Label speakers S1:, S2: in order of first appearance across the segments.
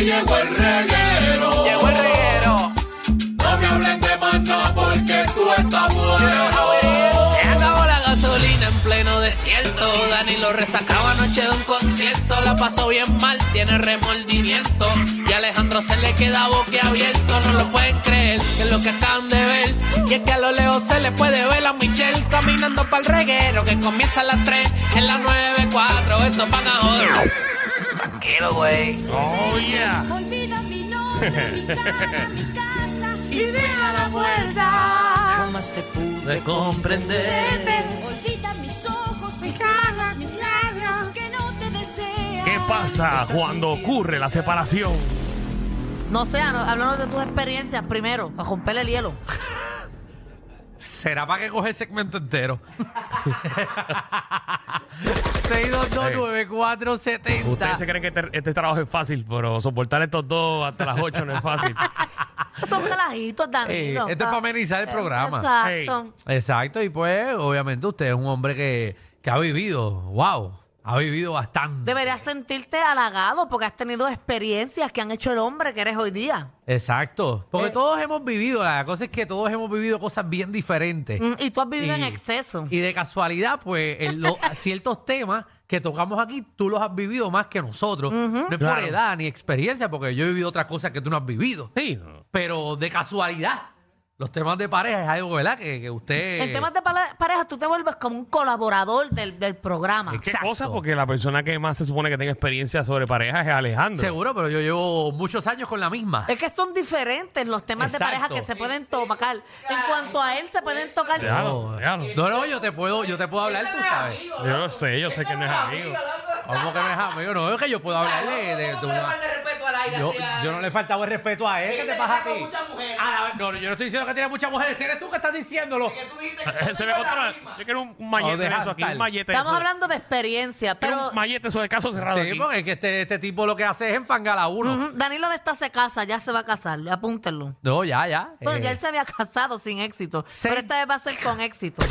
S1: Llegó el reguero. No me hablen de manda porque tú estás muerto. Se acabó la gasolina en pleno desierto. Dani lo resacaba anoche de un concierto. La pasó bien mal, tiene remordimiento. Y a Alejandro se le queda boquiabierto. No lo pueden creer, que es lo que acaban de ver. Y es que a lo lejos se le puede ver a Michelle caminando para el reguero que comienza a las 3 en las 9.4. Estos van a joder. Tranquilo, güey. Oh, yeah.
S2: Olvida mi nombre, mi cama, mi casa y deja la puerta.
S3: Jamás te pude comprender.
S2: Olvida mis ojos, mis manos, mis labios que no te desean.
S4: ¿Qué pasa cuando ocurre la separación?
S5: No sé, hab- háblanos de tus experiencias primero, para romper el hielo.
S6: Será para que coge el segmento entero.
S1: 6229470.
S4: Ustedes se creen que este, este trabajo es fácil, pero soportar estos dos hasta las 8 no es fácil.
S5: Son relajitos, Danilo. Ah,
S1: Eh, esto es para amenizar el programa.
S5: Exacto.
S1: Exacto, y pues obviamente usted es un hombre que, que ha vivido, wow, ha vivido bastante.
S5: Deberías sentirte halagado porque has tenido experiencias que han hecho el hombre que eres hoy día.
S1: Exacto, porque
S5: Eh.
S1: todos hemos vivido, la cosa es que todos hemos vivido cosas bien diferentes.
S5: Mm, Y tú has vivido en
S1: Y-
S5: exceso.
S1: Y eh, de casualidad, pues en lo- ciertos temas que tocamos aquí, tú los has vivido más que nosotros. No es
S4: Claro.
S1: por edad ni experiencia, porque yo he vivido otras cosas que tú no has vivido.
S4: Sí.
S1: Pero de casualidad, los temas de pareja es algo, ¿verdad? Que, que usted...
S5: En temas de pare- pareja, tú te vuelves como un colaborador del, del programa.
S4: ¿Qué
S1: Exacto.
S4: cosa? Porque la persona que más se supone que tenga experiencia sobre parejas es Alejandro.
S1: Seguro, pero yo llevo muchos años con la misma.
S5: Es que son diferentes los temas de
S1: Exacto.
S5: pareja que se pueden tocar. En cuanto a él, se pueden tocar.
S4: Déjalo, déjalo.
S1: No, no, yo te puedo, yo te puedo hablar,
S5: Este
S1: tú sabes.
S4: Yo no sé, yo sé que no es amigo.
S1: ¿Cómo que no es amigo? No, es que yo puedo hablarle de, de una- Yo, yo no le faltaba el respeto a él. ¿Qué te pasa a ti? Ah, no, yo no estoy diciendo que tiene muchas mujeres. Eres tú que estás diciéndolo.
S4: Se me controla. Yo quiero un, un mallete
S1: Oh,
S4: de
S1: deja
S4: eso aquí,
S1: tal.
S4: un mallete de
S5: Estamos
S4: eso.
S5: hablando de experiencias,
S4: Quiero
S5: pero
S4: un mallete eso de caso cerrado
S1: Sí,
S4: aquí.
S1: porque es que este, este tipo lo que hace es enfangar a uno.
S5: ujú, Danilo de esta se casa, ya se va a casar, apúntenlo.
S1: No, ya, ya.
S5: Bueno,
S1: eh,
S5: ya él se había casado sin éxito.
S1: se-
S5: Pero esta vez va a ser con éxito.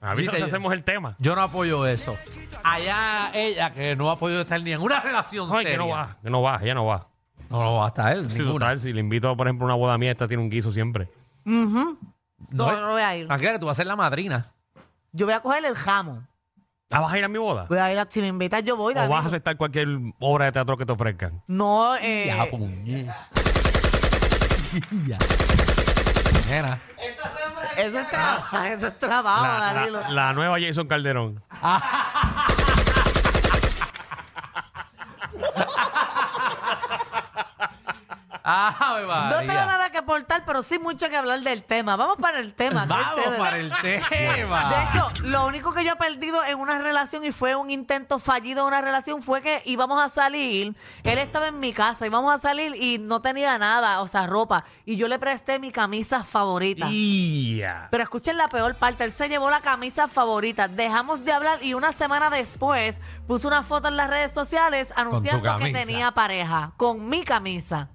S4: Avisa si
S1: Yo-
S4: hacemos el tema.
S1: Yo no apoyo eso. Allá ella que no ha podido estar ni en una relación
S4: Ay,
S1: seria.
S4: que no va, que no va, ella no va.
S1: No, no va a estar él,
S4: Si,
S1: ninguna.
S4: total, si le invito, por ejemplo, a una boda mía, esta tiene un guiso siempre.
S5: No, no, voy a ir.
S1: Ángela, tú vas a ser la madrina.
S5: Yo voy a coger el jamo.
S4: ¿Ah, vas a ir a mi boda?
S5: Voy a ir a, si me invitas, yo voy,
S4: ¿O
S5: Danilo.
S4: vas a aceptar cualquier obra de teatro que te ofrezcan?
S5: No, eh.
S1: Ya, pues. puñe. Ya. Mira.
S5: Eso es trabajo, eso es trabajo,
S4: Ah, La- la,
S5: Danilo. Ah,
S4: la nueva Jason Calderón.
S1: Ave
S5: No tengo
S1: María.
S5: nada que aportar, pero sí mucho que hablar del tema. Vamos para el tema. qué
S1: Vamos
S5: chévere.
S1: para el
S5: De
S1: tema.
S5: hecho, lo único que yo he perdido en una relación y fue un intento fallido de una relación fue que íbamos a salir, él estaba en mi casa, íbamos a salir y no tenía nada, o sea, ropa, y yo le presté mi camisa favorita.
S4: Ya.
S5: Pero escuchen la peor parte, él se llevó la camisa favorita, dejamos de hablar y una semana después puso una foto en las redes sociales anunciando que
S1: camisa.
S5: tenía pareja con mi camisa.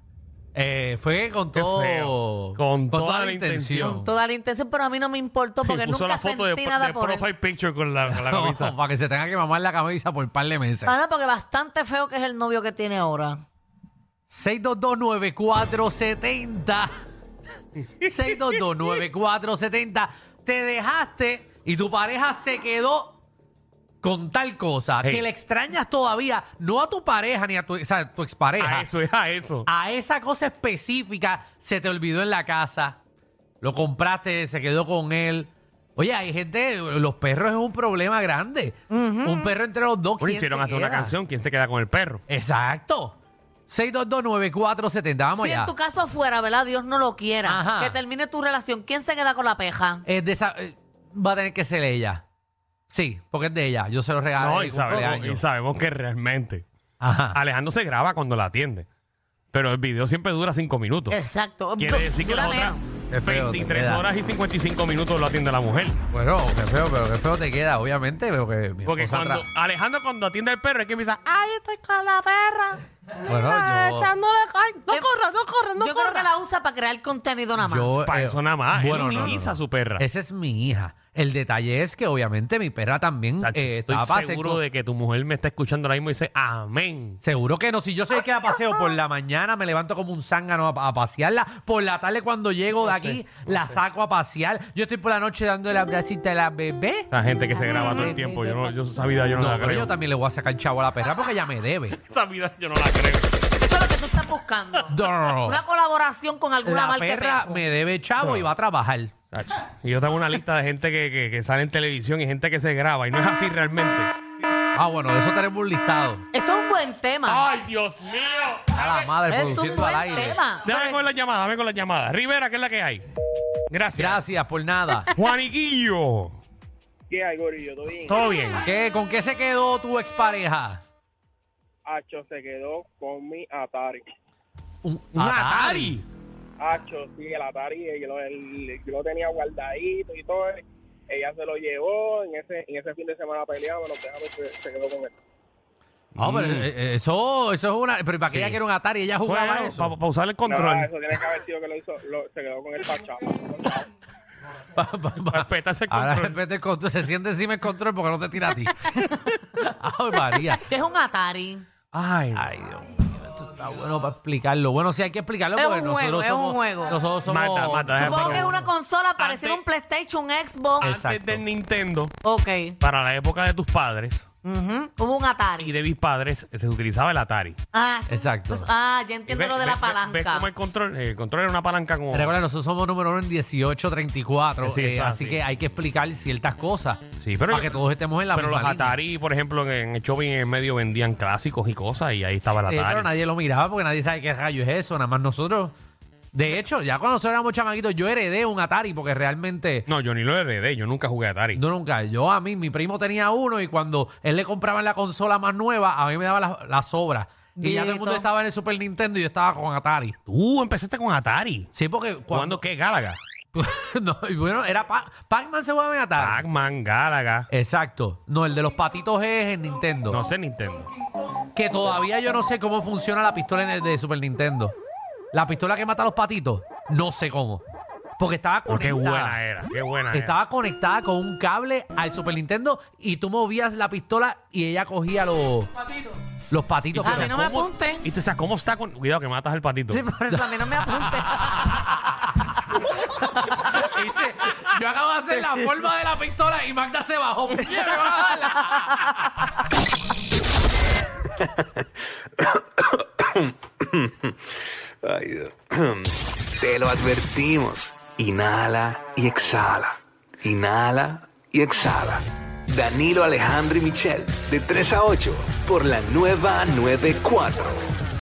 S1: Eh, fue con
S4: Qué
S1: todo.
S4: feo. Con toda la intención.
S5: Con toda la intención, pero a mí no me importó porque
S4: Y puso
S5: nunca
S4: la foto de,
S5: sentí nada
S4: de
S5: por él.
S4: profile picture con la, con la
S1: No,
S4: camisa.
S1: para que se tenga que mamar la camisa por un par de meses.
S5: Ah, no, porque bastante feo que es el novio que tiene ahora.
S1: 6229470. 6229470. Te dejaste y tu pareja se quedó con tal cosa
S4: Hey.
S1: que le extrañas todavía, no a tu pareja ni a tu, o sea, tu expareja,
S4: A eso es a eso.
S1: a esa cosa específica se te olvidó en la casa, lo compraste, se quedó con él. Oye, hay gente, los perros es un problema grande. Un perro entre los dos.
S4: Bueno,
S1: ¿quién
S4: hicieron
S1: se
S4: hasta una
S1: queda?
S4: canción. ¿Quién se queda con el perro?
S1: Exacto. 6229470, vamos
S5: si
S1: allá.
S5: en tu caso fuera, ¿verdad? Dios no lo quiera.
S1: Ajá.
S5: Que termine tu relación. ¿Quién se queda con la peja?
S1: Es de esa- eh, va a tener que ser ella. Sí, porque es de ella. Yo se lo regalé.
S4: No,
S1: de
S4: y sabemos, y
S1: cumpleaños.
S4: sabemos que realmente.
S1: Ajá.
S4: Alejandro se graba cuando la atiende. Pero el video siempre dura cinco minutos.
S5: Exacto.
S4: Quiere decir que
S5: Dura
S4: la otra
S5: menos.
S1: Es feo, te
S4: 23
S1: queda.
S4: horas y 55 minutos lo atiende la mujer.
S1: Bueno, qué feo, pero qué feo te queda, obviamente. Pero que mi
S4: Porque
S1: esposa
S4: cuando
S1: tra-
S4: Alejandro cuando atiende al perro es que empieza, "Ah".
S5: Ay, estoy con la perra.
S1: Bueno,
S5: Mira,
S1: yo-
S5: echándole caña. No
S1: Eh,
S5: corra, no corra, no
S1: yo creo
S5: corra. Em, que la usa para crear contenido nada más.
S1: Yo,
S4: para
S1: eh,
S4: eso nada más.
S1: bueno,
S4: Él
S1: no, no,
S4: utiliza
S1: no.
S4: a su perra.
S1: Esa es mi hija. El detalle es que obviamente mi perra también
S4: Tacho,
S1: eh,
S4: estoy
S1: estaba pase-
S4: seguro de que tu mujer me está escuchando ahora mismo y dice, amén.
S1: Seguro que no. Si yo soy el que la paseo por la mañana, me levanto como un zángano a, a pasearla. Por la tarde, cuando llego de aquí, la saco a pasear. Yo estoy por la noche dándole la bracita a la bebé.
S4: Esa gente que se graba todo el tiempo, yo no, yo esa vida yo no,
S1: No,
S4: la
S1: pero
S4: creo.
S1: yo también le voy a sacar chavo a la perra porque ella me debe.
S4: Esa vida yo no la creo.
S5: Eso es lo que tú estás buscando.
S1: No, no, no.
S5: Una colaboración con alguna
S1: La
S5: marca de
S1: perra
S5: perfume.
S1: me debe chavo y va a trabajar.
S4: Tacho, Y yo tengo una lista de gente que, que- que sale en televisión y gente que se graba y no es así realmente.
S1: Ah, bueno, de eso tenemos un listado.
S5: Eso es un buen tema.
S4: ¡Ay, Dios mío!
S1: A la madre
S5: es un
S1: produciendo Ah, al
S5: buen
S1: aire.
S5: tema.
S4: Dame con la llamada, dame con la llamada. Rivera, ¿qué es la que hay? Gracias.
S1: Gracias por nada.
S4: Juaniquillo.
S7: ¿Qué hay, gorillo? ¿Todo bien?
S4: Todo bien.
S1: ¿Qué, ¿Con qué se quedó tu expareja?
S7: Hacho se quedó con mi Atari.
S1: Un,
S4: Un Atari.
S7: Hacho, sí, el Atari, eh, yo lo, el- yo lo tenía guardadito y todo. eh. Ella se lo llevó, en ese, en ese fin de semana peleamos, nos dejamos y se, se quedó con él.
S1: Ah, pero,
S4: Mm.
S1: eh, eh, eso, eso es una. Pero ¿para qué ella quiere un Atari? Ella jugaba
S4: Bueno,
S1: eso.
S4: para usar el
S7: Nada,
S4: control.
S7: Ah, eso tiene que haber sido que lo hizo, lo- se quedó con el pachapa.
S1: Pa- pa- pa-
S4: Respeta ese
S1: Ahora
S4: control.
S1: respeta el control. Se siente encima el control porque no te tira a ti. Ay, María.
S5: Es un Atari.
S4: Ay,
S1: Ay, Dios mío. Esto está bueno para explicarlo. Bueno, sí hay que explicarlo
S5: Es
S1: porque
S5: un
S1: nosotros
S5: juego, es un
S1: somos.
S5: juego.
S1: Nosotros somos.
S4: Mata, mata, déjame
S5: Supongo que es
S4: pero-
S5: una consola parecida a un
S4: Antes-
S5: PlayStation, un Xbox.
S1: Es-
S4: antes
S1: Exacto.
S4: del Nintendo,
S5: Ok.
S4: para la época de tus padres
S5: Ujú. Hubo un Atari.
S4: y de mis padres, eh, se utilizaba el Atari.
S5: Ah, sí.
S1: Exacto.
S5: Pues, ah, ya entiendo
S4: Ve-
S5: lo de
S4: ve-
S5: la
S4: ve- ¿Ves
S5: palanca.
S4: cómo el control? El control era una palanca como...
S1: Recuerda, nosotros somos número uno en 1834.
S4: Sí,
S1: eh,
S4: eso es
S1: así
S4: así.
S1: que hay que explicar ciertas cosas.
S4: Sí, pero
S1: para
S4: yo-
S1: que todos estemos en la
S4: Pero los
S1: misma línea.
S4: Atari, por ejemplo, en, en el shopping en el medio vendían clásicos y cosas y ahí estaba el
S1: Eh,
S4: Atari.
S1: pero nadie lo miraba porque nadie sabe qué rayo es eso, nada más nosotros. De hecho, ya cuando nosotros éramos chamaquitos, yo heredé un Atari porque realmente.
S4: No, yo ni lo heredé, yo nunca jugué a Atari.
S1: No, nunca. Yo a mí, mi primo tenía uno y cuando él le compraban la consola más nueva, a mí me daba las las sobras. Y ya todo el mundo
S5: Dieguito.
S1: estaba en el Super Nintendo y yo estaba con Atari.
S4: Tú empezaste con Atari.
S1: Sí, porque
S4: ¿Cuándo
S1: cuando.
S4: qué? Galaga.
S1: no, y bueno, era Pa- Pac-Man se jugaba en Atari.
S4: Pac-Man, Galaga.
S1: Exacto. No, el de los patitos es en Nintendo.
S4: No sé Nintendo.
S1: Que todavía yo no sé cómo funciona la pistola en el de Super Nintendo. La pistola que mata a los patitos, no sé cómo. Porque estaba
S4: Pero qué
S1: conectada.
S4: buena era, qué buena era.
S1: Estaba conectada con un cable al Super Nintendo y tú movías la pistola y ella cogía los patitos. Los patitos.
S5: A mí no me
S4: ¿Cómo-
S5: apunten.
S4: Y tú sabes cómo está con... Cuidado que matas al patito.
S5: Sí, por eso a mí no me apunte.
S1: Hice- yo acabo de hacer la forma de la pistola y Magda se bajó. Mierda, me va a dar la-
S8: Ay, Dios. Te lo advertimos. Inhala y exhala. Inhala y exhala. Danilo Alejandro y Michel, de 3 a 8, por la nueva 94.